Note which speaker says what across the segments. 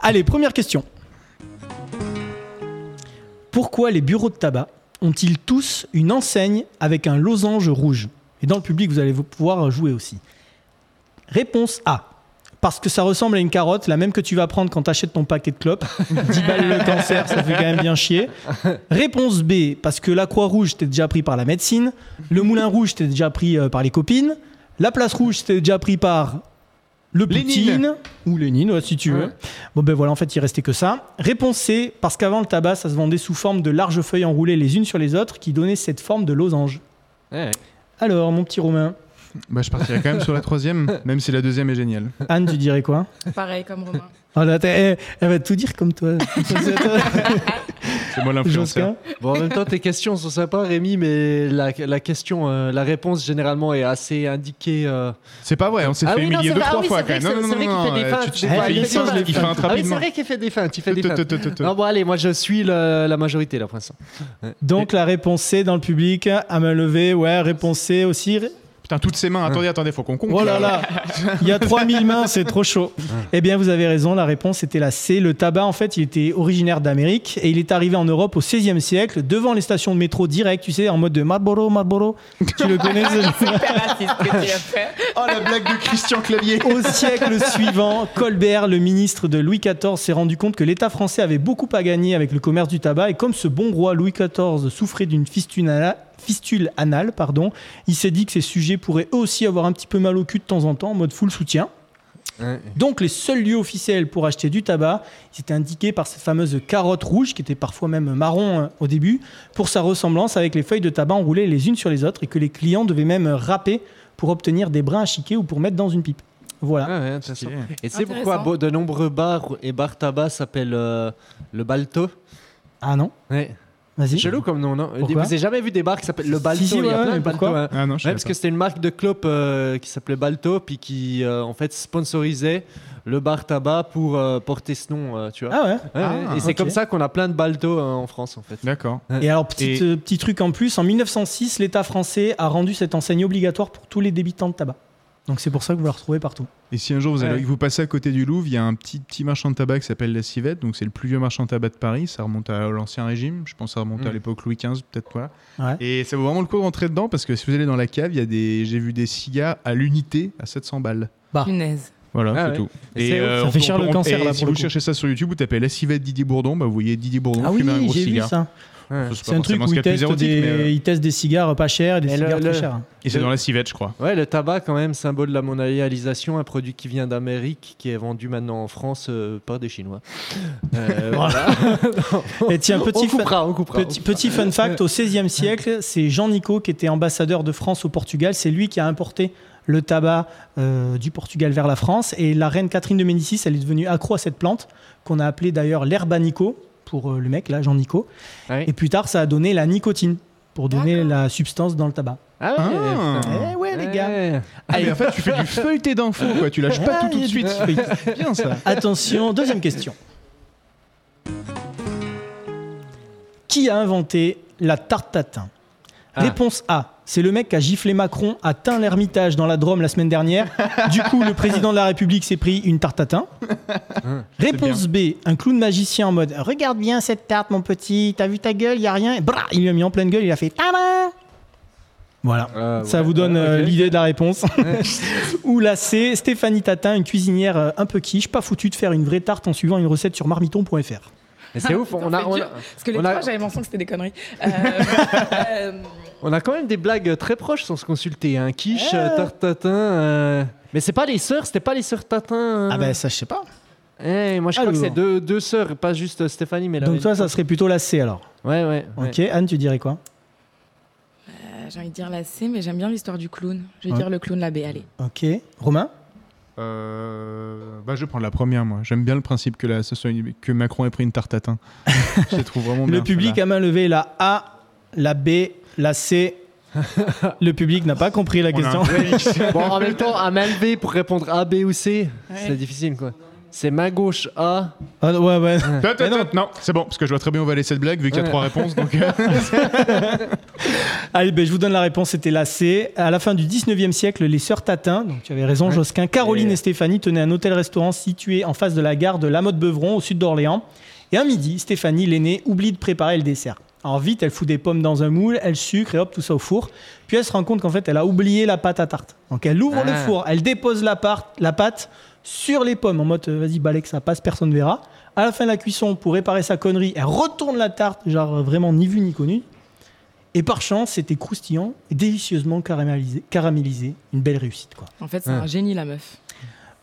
Speaker 1: Allez, première question. Pourquoi les bureaux de tabac ont-ils tous une enseigne avec un losange rouge Et dans le public, vous allez pouvoir jouer aussi. Réponse A. Parce que ça ressemble à une carotte, la même que tu vas prendre quand t'achètes ton paquet de clopes. 10 balles le cancer, ça fait quand même bien chier. Réponse B. Parce que la croix rouge, t'es déjà pris par la médecine. Le moulin rouge, t'es déjà pris euh, par les copines. La place rouge, t'es déjà pris par le
Speaker 2: Lénine.
Speaker 1: Poutine. Ou Lénine, ouais, si tu veux.
Speaker 2: Ouais.
Speaker 1: Bon, ben voilà, en fait, il restait que ça. Réponse C. Parce qu'avant, le tabac, ça se vendait sous forme de larges feuilles enroulées les unes sur les autres qui donnaient cette forme de losange.
Speaker 2: Ouais, ouais.
Speaker 1: Alors, mon petit Romain,
Speaker 3: Bah, je partirais quand même sur la troisième, même si la deuxième est géniale.
Speaker 1: Anne, tu dirais quoi
Speaker 4: Pareil comme Romain.
Speaker 1: Oh là, t'es- elle, elle va tout dire comme toi.
Speaker 3: C'est moi
Speaker 1: Josquin.
Speaker 3: l'influenceur.
Speaker 2: Bon, en même temps, tes questions sont sympas, Rémi, mais la, la question, euh, la réponse généralement est assez indiquée. euh.
Speaker 3: C'est pas vrai, on s'est
Speaker 2: Ah
Speaker 3: fait
Speaker 2: oui, non,
Speaker 3: humilier
Speaker 2: c'est
Speaker 3: deux,
Speaker 2: vrai, ah
Speaker 3: trois
Speaker 2: oui,
Speaker 3: fois
Speaker 2: c'est
Speaker 3: quand
Speaker 2: vrai
Speaker 3: même.
Speaker 2: que
Speaker 3: Non,
Speaker 2: c'est-
Speaker 3: non,
Speaker 2: c'est
Speaker 3: non, non,
Speaker 2: vrai qu'il fait des
Speaker 3: euh,
Speaker 2: feintes,
Speaker 3: tu- tu
Speaker 2: il fait
Speaker 3: fais
Speaker 2: des
Speaker 3: une
Speaker 2: feintes,
Speaker 3: feinte,
Speaker 2: il
Speaker 3: il
Speaker 2: fait
Speaker 3: feinte
Speaker 2: Ah oui, c'est
Speaker 3: rapidement.
Speaker 2: vrai qu'il fait des feintes, il fait
Speaker 3: Tout,
Speaker 2: des
Speaker 3: tout,
Speaker 2: feintes.
Speaker 3: tout, tout, tout.
Speaker 2: Non, bon, allez, moi je suis le- la majorité là pour l'instant.
Speaker 1: Donc la réponse C dans le public, à main levée, ouais, réponse C aussi.
Speaker 3: Putain, toutes ses
Speaker 2: Ah
Speaker 3: mains, attendez, attendez, faut qu'on hein. compte.
Speaker 1: Oh là là, il y a 3000 mains, c'est trop chaud. Eh bien vous avez raison, la réponse était la C. Le tabac en fait, il était originaire d'Amérique et il est arrivé en Europe au 16e siècle devant les stations de métro direct, tu sais, en mode de Marlboro, Marlboro. Tu le connais ce-
Speaker 4: C'est ce que tu as fait.
Speaker 3: Oh la blague de Christian Clavier
Speaker 1: Au siècle suivant, Colbert, le ministre de Louis XIV, s'est rendu compte que l'État français avait beaucoup à gagner avec le commerce du tabac et comme ce bon roi Louis XIV souffrait d'une fistule, ana- fistule anale, pardon, il s'est dit que ces sujets pourraient eux aussi avoir un petit peu mal au cul de temps en temps, en mode full soutien.
Speaker 2: Ouais.
Speaker 1: Donc les seuls lieux officiels pour acheter du tabac, c'était indiqué par cette fameuse carotte rouge qui était parfois même marron euh, au début, pour sa ressemblance avec les feuilles de tabac enroulées les unes sur les autres et que les clients devaient même euh, râper pour obtenir des brins à chiquer ou pour mettre dans une pipe. Voilà.
Speaker 2: Ouais, ouais, intéressant. Et c'est
Speaker 4: Intéressant.
Speaker 2: pourquoi bo- de nombreux bars et bars tabac s'appellent euh, le Balto
Speaker 1: Ah non
Speaker 2: Ouais.
Speaker 1: Vas-y.
Speaker 2: C'est chelou comme nom, non
Speaker 1: Pourquoi
Speaker 2: Vous avez jamais vu des bars qui s'appellent le
Speaker 1: Si,
Speaker 2: Balto
Speaker 1: si,
Speaker 2: Il y a
Speaker 1: ouais, mais
Speaker 2: plein de Balto.
Speaker 1: pourquoi
Speaker 2: hein.
Speaker 3: Ah non, je
Speaker 2: Ouais,
Speaker 3: savais
Speaker 2: parce
Speaker 3: pas.
Speaker 2: que c'était une marque de clope euh, qui s'appelait Balto, puis qui euh, en fait sponsorisait le bar tabac pour euh, porter ce nom, euh, tu vois.
Speaker 1: Ah ouais.
Speaker 2: Ouais, ouais.
Speaker 3: Ah,
Speaker 2: et c'est
Speaker 1: ok.
Speaker 2: comme ça qu'on a plein de Balto euh, en France, en fait.
Speaker 3: D'accord.
Speaker 1: Et alors, petite,
Speaker 3: Et-
Speaker 1: euh, petit truc en plus, en 1906, l'État français a rendu cette enseigne obligatoire pour tous les débitants de tabac. Donc c'est pour ça que vous la retrouvez partout.
Speaker 3: Et si un jour vous, allez,
Speaker 2: Ouais.
Speaker 3: vous passez à côté du Louvre, il y a un petit, petit marchand de tabac qui s'appelle La Civette, donc c'est le plus vieux marchand de tabac de Paris, ça remonte à l'Ancien Régime, je pense que ça remonte à
Speaker 2: Mm.
Speaker 3: l'époque Louis XV, peut-être quoi.
Speaker 1: Ouais.
Speaker 3: Et ça vaut vraiment le coup de rentrer dedans parce que si vous allez dans la cave, il y a des, j'ai vu des cigares à l'unité à 700 balles.
Speaker 4: Punaise.
Speaker 3: Voilà,
Speaker 2: Ah
Speaker 3: c'est
Speaker 2: ouais.
Speaker 3: tout. euh,
Speaker 2: Et c'est ouf.
Speaker 1: Ça fait cher le cancer,
Speaker 3: et
Speaker 1: là,
Speaker 3: Si
Speaker 1: pour
Speaker 3: vous
Speaker 1: le coup.
Speaker 3: cherchez ça sur YouTube, vous tapez La Civette Didier Bourdon, bah, vous voyez Didier Bourdon
Speaker 1: Ah oui,
Speaker 3: fumer un gros
Speaker 1: j'ai vu
Speaker 3: cigare.
Speaker 1: ça.
Speaker 2: Ouais.
Speaker 3: Ça,
Speaker 1: C'est un truc
Speaker 3: forcément
Speaker 1: où
Speaker 3: ce
Speaker 1: ils
Speaker 3: qu'il y a de
Speaker 1: testent,
Speaker 3: plus
Speaker 1: des...
Speaker 3: érotique, mais, euh,
Speaker 1: ils testent des cigares pas chers et des
Speaker 2: Et le-
Speaker 1: cigares
Speaker 2: le-
Speaker 1: très chers.
Speaker 3: Et c'est dans La Civette, je crois.
Speaker 2: Ouais, le tabac, quand même, symbole de la mondialisation, un produit qui vient d'Amérique, qui est vendu maintenant en France euh, par des Chinois. Euh, voilà.
Speaker 1: Et Eh, tiens, petit,
Speaker 2: on
Speaker 1: fa-
Speaker 2: coupera, on coupera.
Speaker 1: petit, petit fun fact, au XVIe siècle, c'est Jean Nico qui était ambassadeur de France au Portugal. C'est lui qui a importé le tabac euh, du Portugal vers la France. Et la reine Catherine de Médicis, elle est devenue accro à cette plante, qu'on a appelée d'ailleurs l'herba Nico, pour euh, le mec, là, Jean Nico.
Speaker 2: Ah oui.
Speaker 1: Et plus tard, ça a donné la nicotine, pour donner
Speaker 4: D'accord.
Speaker 1: la substance dans le tabac.
Speaker 2: Ah,
Speaker 3: Ah.
Speaker 2: putain.
Speaker 1: Eh ouais, les gars.
Speaker 2: Ouais.
Speaker 3: Ah, mais en fait, tu fais du feuilleté d'infos, quoi. Tu lâches
Speaker 1: Ah,
Speaker 3: pas tout tout de
Speaker 1: il y
Speaker 3: suite.
Speaker 1: a du feuilleté.
Speaker 3: C'est bien ça.
Speaker 1: Attention, deuxième question. Qui a inventé la tarte tatin
Speaker 2: Ah.
Speaker 1: Réponse A. C'est le mec qui a giflé Macron à Tain l'Ermitage dans la Drôme la semaine dernière. Du coup, le président de la République s'est pris une tarte tatin.
Speaker 2: Ah,
Speaker 1: Réponse B. Un clown magicien en mode Regarde bien cette tarte, mon petit. T'as vu ta gueule, y a rien. Et brrr, il lui a mis en pleine gueule, il a fait Tada Voilà.
Speaker 2: Euh,
Speaker 1: Ça
Speaker 2: ouais.
Speaker 1: vous donne
Speaker 2: Ouais,
Speaker 1: euh,
Speaker 2: ok.
Speaker 1: l'idée de la réponse. Ou la C, Stéphanie Tatin, une cuisinière euh, un peu quiche, pas foutue de faire une vraie tarte en suivant une recette sur marmiton.fr.
Speaker 2: Mais
Speaker 1: Ah,
Speaker 2: C'est ouf, on a,
Speaker 4: Putain,
Speaker 2: on,
Speaker 4: c'est
Speaker 2: a,
Speaker 4: dur. Parce que les
Speaker 2: on a-
Speaker 4: trois, j'avais l'impression que c'était des conneries. Euh, euh,
Speaker 2: on a quand même des blagues très proches sans se consulter. Hein. Quiche,
Speaker 1: Eh.
Speaker 2: euh, tarte tatin. euh, Mais c'est pas les sœurs, c'était pas les sœurs tatin. euh.
Speaker 1: Ah ben ça je sais pas.
Speaker 2: Eh, moi je crois que
Speaker 1: Alors.
Speaker 2: c'est deux, deux sœurs, pas juste euh, Stéphanie, mais la
Speaker 1: Donc toi ça serait plutôt la C alors.
Speaker 2: Ouais, ouais. ouais.
Speaker 1: Ok, Anne tu dirais quoi
Speaker 4: euh, J'ai envie de dire la C, mais j'aime bien l'histoire du clown. Je vais
Speaker 1: Ouais.
Speaker 4: dire le clown la B, allez.
Speaker 1: Ok. Romain
Speaker 3: Euh, bah, je vais prendre la première, moi. J'aime bien le principe que, la, ce soit une- que Macron ait pris une tarte tatin. je les trouve vraiment bien.
Speaker 1: Le public
Speaker 3: celle-là.
Speaker 1: à main levée, la A, la B, la C. Le public n'a pas compris la
Speaker 3: On a
Speaker 1: question.
Speaker 3: un vrai mix.
Speaker 2: Bon, en même temps, à main levée pour répondre A, B ou C,
Speaker 4: Ouais.
Speaker 2: c'est difficile quoi. C'est ma gauche A.
Speaker 1: Ah, ouais, ouais.
Speaker 3: Peut-être,
Speaker 1: Mais non.
Speaker 3: peut-être, non, c'est bon, parce que je vois très bien où va aller cette blague, vu qu'il y a
Speaker 2: Ouais.
Speaker 3: trois réponses. Donc, euh,
Speaker 1: Allez, ben, je vous donne la réponse, c'était la C. À la fin du 19e siècle, les sœurs Tatin, donc tu avais raison
Speaker 2: Ouais.
Speaker 1: Josquin, Caroline
Speaker 2: Et-
Speaker 1: et Stéphanie tenaient un hôtel-restaurant situé en face de la gare de La Motte-Beuvron, au sud d'Orléans. Et à midi, Stéphanie, l'aînée, oublie de préparer le dessert. Alors vite, elle fout des pommes dans un moule, elle sucre et hop, tout ça au four. Puis elle se rend compte qu'en fait, elle a oublié la pâte à tarte. Donc elle ouvre le
Speaker 2: Ah.
Speaker 1: four, elle dépose la, part- la pâte sur les pommes en mode euh, vas-y, balai que ça passe, personne ne verra. À la fin de la cuisson, pour réparer sa connerie, elle retourne la tarte, genre euh, vraiment ni vu ni connu. Et par chance, c'était croustillant, et délicieusement caramélisé, caramélisé. Une belle réussite, quoi.
Speaker 4: En fait, c'est
Speaker 2: Ouais.
Speaker 4: un génie, la meuf.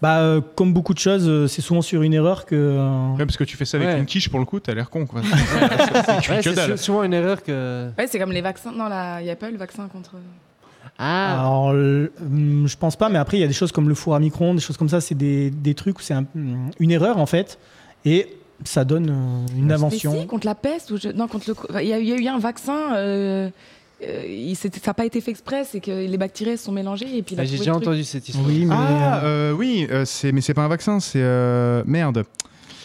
Speaker 1: Bah, euh, comme beaucoup de choses, euh, c'est souvent sur une erreur que. euh,
Speaker 3: ouais, parce que tu fais ça avec
Speaker 2: Ouais.
Speaker 3: une quiche, pour le coup, t'as l'air con, quoi.
Speaker 2: Ouais,
Speaker 3: que
Speaker 2: c'est
Speaker 3: dalle.
Speaker 2: sou- souvent une erreur que.
Speaker 4: Ouais, c'est comme les vaccins. Non, là, il n'y a pas eu le vaccin contre.
Speaker 2: Ah,
Speaker 1: Alors, le- hum, je pense pas, mais après, il y a des choses comme le four à micro-ondes, des choses comme ça, c'est des, des trucs où c'est un- hum, une erreur, en fait, et ça donne euh, une
Speaker 4: Mais
Speaker 1: invention.
Speaker 4: si, contre la peste ou je- Non, contre le. co- Il y, a eu- il y a eu un vaccin. euh, euh, il s'était- ça n'a pas été fait exprès, c'est que les bactéries se sont mélangées et puis il a
Speaker 2: j'ai
Speaker 4: trouvé
Speaker 2: déjà
Speaker 4: le truc.
Speaker 2: entendu cette histoire.
Speaker 1: Oui, mais.
Speaker 3: Ah,
Speaker 1: euh,
Speaker 3: euh, oui, euh, c'est- mais c'est pas un vaccin, c'est. euh, Merde.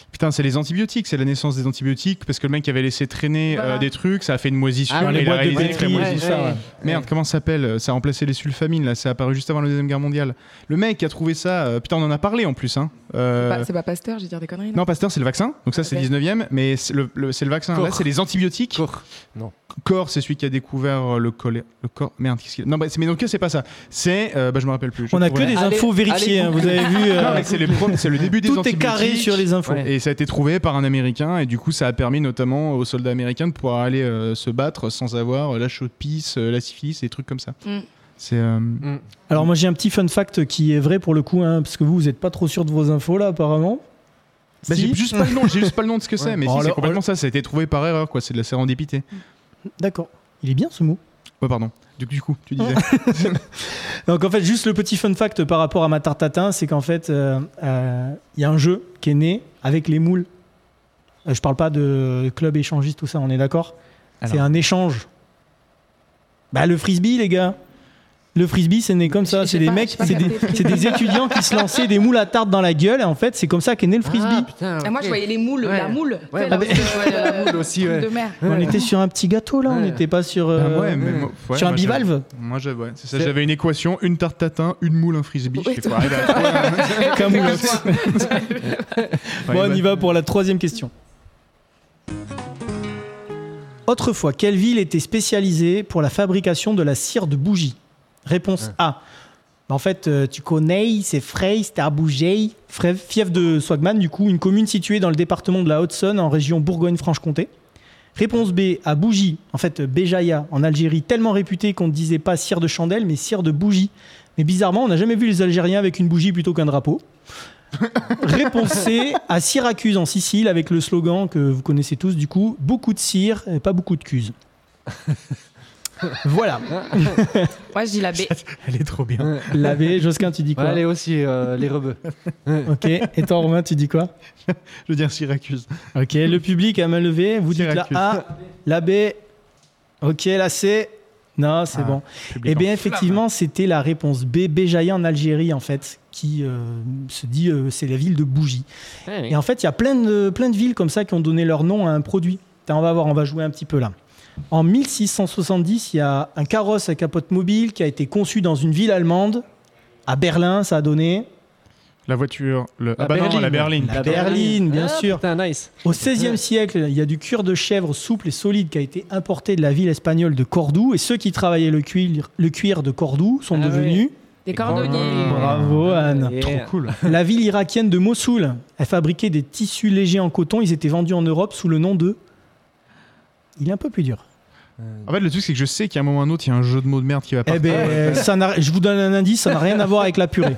Speaker 3: Putain, c'est les antibiotiques, c'est la naissance des antibiotiques, parce que le mec avait laissé traîner euh,
Speaker 4: Voilà.
Speaker 3: des trucs, ça a fait une moisissure.
Speaker 2: Ah,
Speaker 3: et
Speaker 1: les
Speaker 3: il a
Speaker 1: boîtes de
Speaker 3: réalisé que la
Speaker 1: pétri,
Speaker 3: moisissure-
Speaker 1: tout ça, ouais.
Speaker 3: Merde, comment ça s'appelle Ça a remplacé les sulfamines, là, c'est apparu juste avant la Deuxième Guerre mondiale. Le mec a trouvé ça. euh, Putain, on en a parlé en plus, hein. Euh,
Speaker 4: Bah, c'est pas Pasteur, j'ai dit des conneries. là.
Speaker 3: Non, Pasteur, c'est le vaccin. Donc ça, c'est
Speaker 4: Ok.
Speaker 3: 19e, mais c'est le, le- c'est le vaccin.
Speaker 2: Corps.
Speaker 3: Là, c'est les antibiotiques. Corps,
Speaker 2: Cours.
Speaker 3: c'est celui qui a découvert euh, le colère. Le corps. Merde, qu'est-ce qu'il Non, bah, c'est- mais donc, c'est pas ça. C'est. euh, bah, je me rappelle plus. Je
Speaker 1: on a que
Speaker 3: trouverai
Speaker 1: des
Speaker 3: la-
Speaker 2: Allez,
Speaker 1: infos vérifiées,
Speaker 2: allez,
Speaker 1: hein, vous avez vu. euh,
Speaker 3: Non, mais c'est les prom- c'est le début des
Speaker 1: tout est
Speaker 3: antibiotiques.
Speaker 1: carré sur les infos.
Speaker 2: Ouais.
Speaker 3: Et ça a été trouvé par un Américain, et du coup, ça a permis notamment aux soldats américains de pouvoir aller euh, se battre sans avoir euh, la chaude pisse, euh, la syphilis, et des trucs comme ça.
Speaker 4: Mm.
Speaker 3: C'est. euh,
Speaker 2: Mm.
Speaker 1: Alors moi j'ai un petit fun fact qui est vrai pour le coup, hein, parce que vous vous n'êtes pas trop sûr de vos infos là apparemment.
Speaker 3: Bah,
Speaker 1: Si Oh
Speaker 3: j'ai juste pas le nom, j'ai juste pas le nom de ce que
Speaker 2: Ouais.
Speaker 3: c'est, mais
Speaker 1: Bon,
Speaker 3: si, c'est
Speaker 1: alors-
Speaker 3: complètement ça. Ça a été trouvé par erreur, quoi. C'est de la sérendipité.
Speaker 1: D'accord. Il est bien ce mot.
Speaker 3: Oh, pardon. Du, du coup, tu disais.
Speaker 1: Donc en fait juste le petit fun fact par rapport à ma tarte tatin, c'est qu'en fait euh, euh, il y a un jeu qui est né avec les moules. Euh, je parle pas de club échangiste tout ça, on est d'accord.
Speaker 3: Alors.
Speaker 1: C'est un échange. Bah le frisbee les gars. Le frisbee, c'est né comme ça.
Speaker 4: J'ai-
Speaker 1: C'est
Speaker 4: j'ai
Speaker 1: des
Speaker 4: pas-
Speaker 1: mecs,
Speaker 4: j'ai pas
Speaker 1: c'est des,
Speaker 4: capté le
Speaker 1: c'est des étudiants qui se lançaient des moules à tarte dans la gueule. Et en fait, c'est comme ça qu'est né le frisbee.
Speaker 2: Ah, putain,
Speaker 4: Ah, moi,
Speaker 2: ok.
Speaker 4: je voyais les moules,
Speaker 2: Ouais.
Speaker 4: la moule.
Speaker 2: Ouais,
Speaker 4: tu sais, la
Speaker 2: bah,
Speaker 4: moule, ouais,
Speaker 2: la moule aussi,
Speaker 4: euh, truc
Speaker 2: ouais.
Speaker 4: de mer.
Speaker 1: On était sur un petit gâteau là, on
Speaker 2: Ouais.
Speaker 1: n'était pas sur,
Speaker 3: Bah,
Speaker 1: euh,
Speaker 3: ouais, mais
Speaker 2: ouais.
Speaker 3: moi- ouais,
Speaker 1: sur un
Speaker 3: moi, j'avais-
Speaker 1: bivalve.
Speaker 3: Moi, j'avais, ouais, c'est ça.
Speaker 2: C'est-
Speaker 3: J'avais une équation, une tarte tatin, une moule, un frisbee.
Speaker 4: Ouais,
Speaker 3: je sais pas,
Speaker 4: toi.
Speaker 3: arrivé à trouver un-
Speaker 1: Camoulox.
Speaker 3: Ouais,
Speaker 1: Bon, on
Speaker 3: bah,
Speaker 1: y va pour la troisième question. Autrefois, quelle ville était spécialisée pour la fabrication de la cire de bougie Réponse A. Bah, En fait, euh, tu connais, c'est Frey, Starbougey, Frey- fief de Swagman, du coup, une commune située dans le département de la Haute-Saône, en région Bourgogne-Franche-Comté. Réponse B, à Bougie, en fait, Béjaïa, en Algérie, tellement réputée qu'on ne disait pas cire de chandelle, mais cire de bougie. Mais bizarrement, on n'a jamais vu les Algériens avec une bougie plutôt qu'un drapeau. Réponse C, à Syracuse en Sicile, avec le slogan que vous connaissez tous, du coup, beaucoup de cire et pas beaucoup de cuse. voilà.
Speaker 4: Moi, je dis la B.
Speaker 3: Elle est trop bien.
Speaker 1: Lavé, Josquin, tu dis
Speaker 2: Ouais,
Speaker 1: quoi
Speaker 2: allez aussi, euh, les rebeux.
Speaker 1: Ok, et toi Romain, tu dis quoi
Speaker 3: Je veux dire Syracuse.
Speaker 1: Ok, le public a main levée, vous dites la
Speaker 3: Syracuse.
Speaker 1: A, la B, ok, la C. Non, c'est
Speaker 3: Ah.
Speaker 1: bon. Eh bien, effectivement, c'était la réponse B, Béjaïa en Algérie, en fait, qui euh, se dit euh, c'est la ville de Bougie.
Speaker 2: Eh,
Speaker 1: Et en fait, il y a plein de, plein de villes comme ça qui ont donné leur nom à un produit. Tiens, on va voir, on va jouer un petit peu là. En 1670, il y a un carrosse à capote mobile qui a été conçu dans une ville allemande. À Berlin, ça a donné.
Speaker 3: La voiture, le.
Speaker 2: La
Speaker 3: ah bah non,
Speaker 2: berline.
Speaker 3: la berline.
Speaker 1: La berline, bien
Speaker 2: Ah,
Speaker 1: sûr.
Speaker 2: Putain, nice.
Speaker 1: Au XVIe siècle, il y a du cuir de chèvre souple et solide qui a été importé de la ville espagnole de Cordoue. Et ceux qui travaillaient le cuir, le cuir de Cordoue sont
Speaker 2: Ah
Speaker 1: devenus.
Speaker 4: Des
Speaker 2: grands
Speaker 4: cordonniers.
Speaker 2: cordonniers.
Speaker 1: Bravo, Anne.
Speaker 2: Yeah.
Speaker 3: Cool.
Speaker 1: La ville irakienne de Mossoul, elle fabriquait des tissus légers en coton. Ils étaient vendus en Europe sous le nom de. Il est un peu plus dur.
Speaker 2: Euh,
Speaker 3: En fait, le truc, c'est que je sais qu'à un moment ou à un autre, il y a un jeu de mots de merde qui va
Speaker 1: Eh
Speaker 3: partir.
Speaker 2: Ah
Speaker 1: ben, ça n'a- je vous donne un indice, ça n'a rien à voir avec la purée.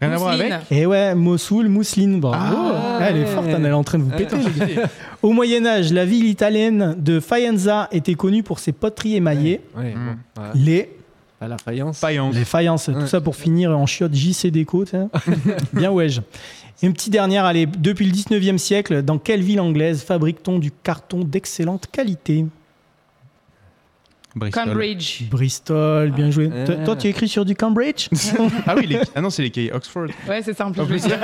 Speaker 3: Rien à voir avec.
Speaker 4: Mousseline.
Speaker 1: Et ouais, Mossoul, Mousseline, bravo. Eh,
Speaker 2: Ah,
Speaker 1: elle est
Speaker 2: ouais.
Speaker 1: forte, hein, elle est en train de vous péter.
Speaker 3: Putain, j'ai-
Speaker 1: Au Moyen-Âge, la ville italienne de Faenza était connue pour ses poteries émaillées,
Speaker 2: Ouais,
Speaker 3: Mm.
Speaker 2: bon, ouais.
Speaker 1: les,
Speaker 2: À la faïence.
Speaker 3: Faïence.
Speaker 1: les faïences, tout
Speaker 2: Ouais.
Speaker 1: ça pour finir en chiottes JC Déco. tu sais. Bien ouais. Et une petite dernière, allez, depuis le 19e siècle, dans quelle ville anglaise fabrique-t-on du carton d'excellente qualité
Speaker 3: Bristol.
Speaker 4: Cambridge.
Speaker 1: Bristol, bien joué.
Speaker 2: Ah.
Speaker 1: Toi- Toi, tu écris sur du Cambridge
Speaker 3: Ah oui, les... ah non, c'est les cahiers Oxford.
Speaker 4: Ouais, c'est ça en plus.
Speaker 3: En
Speaker 4: je voulais
Speaker 3: plus.
Speaker 4: dire.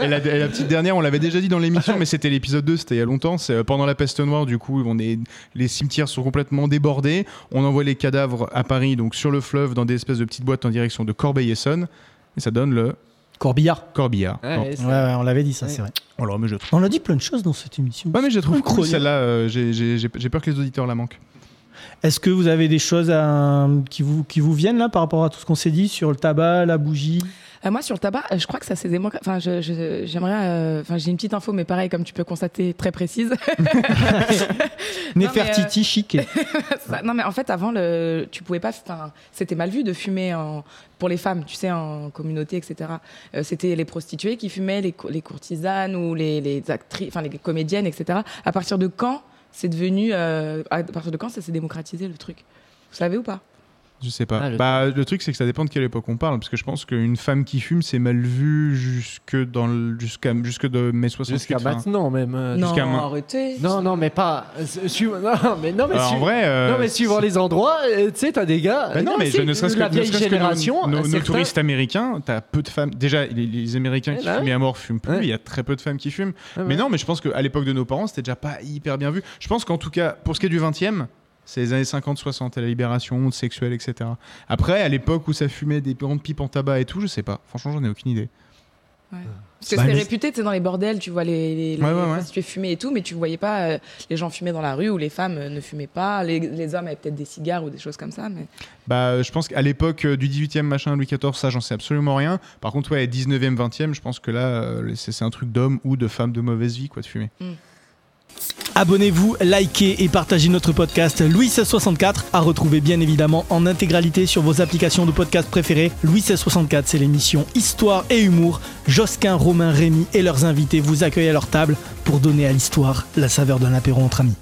Speaker 3: Et la, et la petite dernière, on l'avait déjà dit dans l'émission, mais c'était l'épisode 2, c'était il y a longtemps. C'est euh, pendant la peste noire, du coup, on est, les cimetières sont complètement débordés. On envoie les cadavres à Paris, donc sur le fleuve, dans des espèces de petites boîtes en direction de Corbeil-Essonne. Et ça donne le
Speaker 1: Corbillard.
Speaker 3: Corbillard. Bon.
Speaker 1: Ouais, ouais, on l'avait dit ça,
Speaker 2: Ouais.
Speaker 1: c'est vrai.
Speaker 3: Oh là, mais je trouve.
Speaker 1: On a dit plein de choses dans cette émission.
Speaker 3: Ouais, mais je la trouve cool
Speaker 1: Incroyable.
Speaker 3: celle-là. euh, j'ai- j'ai j'ai- j'ai peur que les auditeurs la manquent.
Speaker 1: Est-ce que vous avez des choses à- qui, vous, qui vous viennent là par rapport à tout ce qu'on s'est dit sur le tabac, la bougie
Speaker 4: Euh, moi, sur le tabac, euh, je crois que ça s'est démocratisé. Enfin, je- je- j'aimerais. euh, Enfin, j'ai une petite info, mais pareil, comme tu peux constater, très précise. mais,
Speaker 1: Nefertiti chic. et-
Speaker 4: Ça- non, mais en fait, avant, le, tu pouvais pas. enfin, C'était mal vu de fumer en, pour les femmes, tu sais, en communauté, etc. Euh, C'était les prostituées qui fumaient, les, co- les courtisanes ou les, les actrices, enfin, les comédiennes, etc. À partir de quand c'est devenu. euh, à partir de quand ça s'est démocratisé, le truc Vous savez ou pas
Speaker 3: Je sais pas.
Speaker 2: Ah, le-
Speaker 3: bah, le truc, c'est que ça dépend de quelle époque on parle, parce que je pense qu'une femme qui fume, c'est mal vu jusque dans le- jusqu'à jusque de mai 68.
Speaker 2: Jusqu'à
Speaker 3: enfin.
Speaker 2: maintenant même. euh,
Speaker 4: Non,
Speaker 3: jusqu'à main.
Speaker 4: arrêtez.
Speaker 2: Non, non, mais pas. euh, su- Non, mais non, mais,
Speaker 3: Alors,
Speaker 2: su-
Speaker 3: en vrai, euh,
Speaker 2: non, mais suivant les endroits, euh, tu sais, t'as des gars.
Speaker 3: Bah non, mais
Speaker 2: si,
Speaker 3: je ne serait-ce que,
Speaker 2: la
Speaker 3: ne
Speaker 2: vieille
Speaker 3: serait-ce que nos-
Speaker 2: génération. euh,
Speaker 3: nos, nos
Speaker 2: certains-
Speaker 3: touristes américains, t'as peu de femmes. Déjà, les, les Américains qui
Speaker 2: Ouais, bah
Speaker 3: fument à mort fument plus. Il
Speaker 2: Ouais. Ah
Speaker 3: y a très peu de femmes qui fument. Mais
Speaker 2: Ouais, ouais.
Speaker 3: non, mais je pense qu'à l'époque de nos parents, c'était déjà pas hyper bien vu. Je pense qu'en tout cas, pour ce qui est du 20e, c'est les années 50-60, la libération, honte sexuelle, etc. Après, à l'époque où ça fumait des grandes pipes en tabac et tout, je sais pas. Franchement, j'en ai aucune idée.
Speaker 4: Parce que
Speaker 1: Bah,
Speaker 4: c'était
Speaker 1: mais-
Speaker 4: réputé, tu sais, dans les bordels, tu vois les, les, les
Speaker 3: Ouais, ouais, ouais.
Speaker 4: prostituées fumer et tout, mais tu voyais pas euh, les gens fumer dans la rue ou les femmes euh, ne fumaient pas, les, les hommes avaient peut-être des cigares ou des choses comme ça, mais
Speaker 3: Bah, je pense qu'à l'époque euh, du 18e, machin, Louis XIV, ça, j'en sais absolument rien. Par contre, ouais, 19e, 20e, je pense que là, euh, c'est c'est un truc d'homme ou de femme de mauvaise vie, quoi, de fumer.
Speaker 1: Abonnez-vous, likez et partagez notre podcast Louis 1664 à retrouver bien évidemment en intégralité sur vos applications de podcast préférées. Louis 1664, c'est l'émission Histoire et Humour. Josquin, Romain, Rémy et leurs invités vous accueillent à leur table pour donner à l'histoire la saveur d'un apéro entre amis.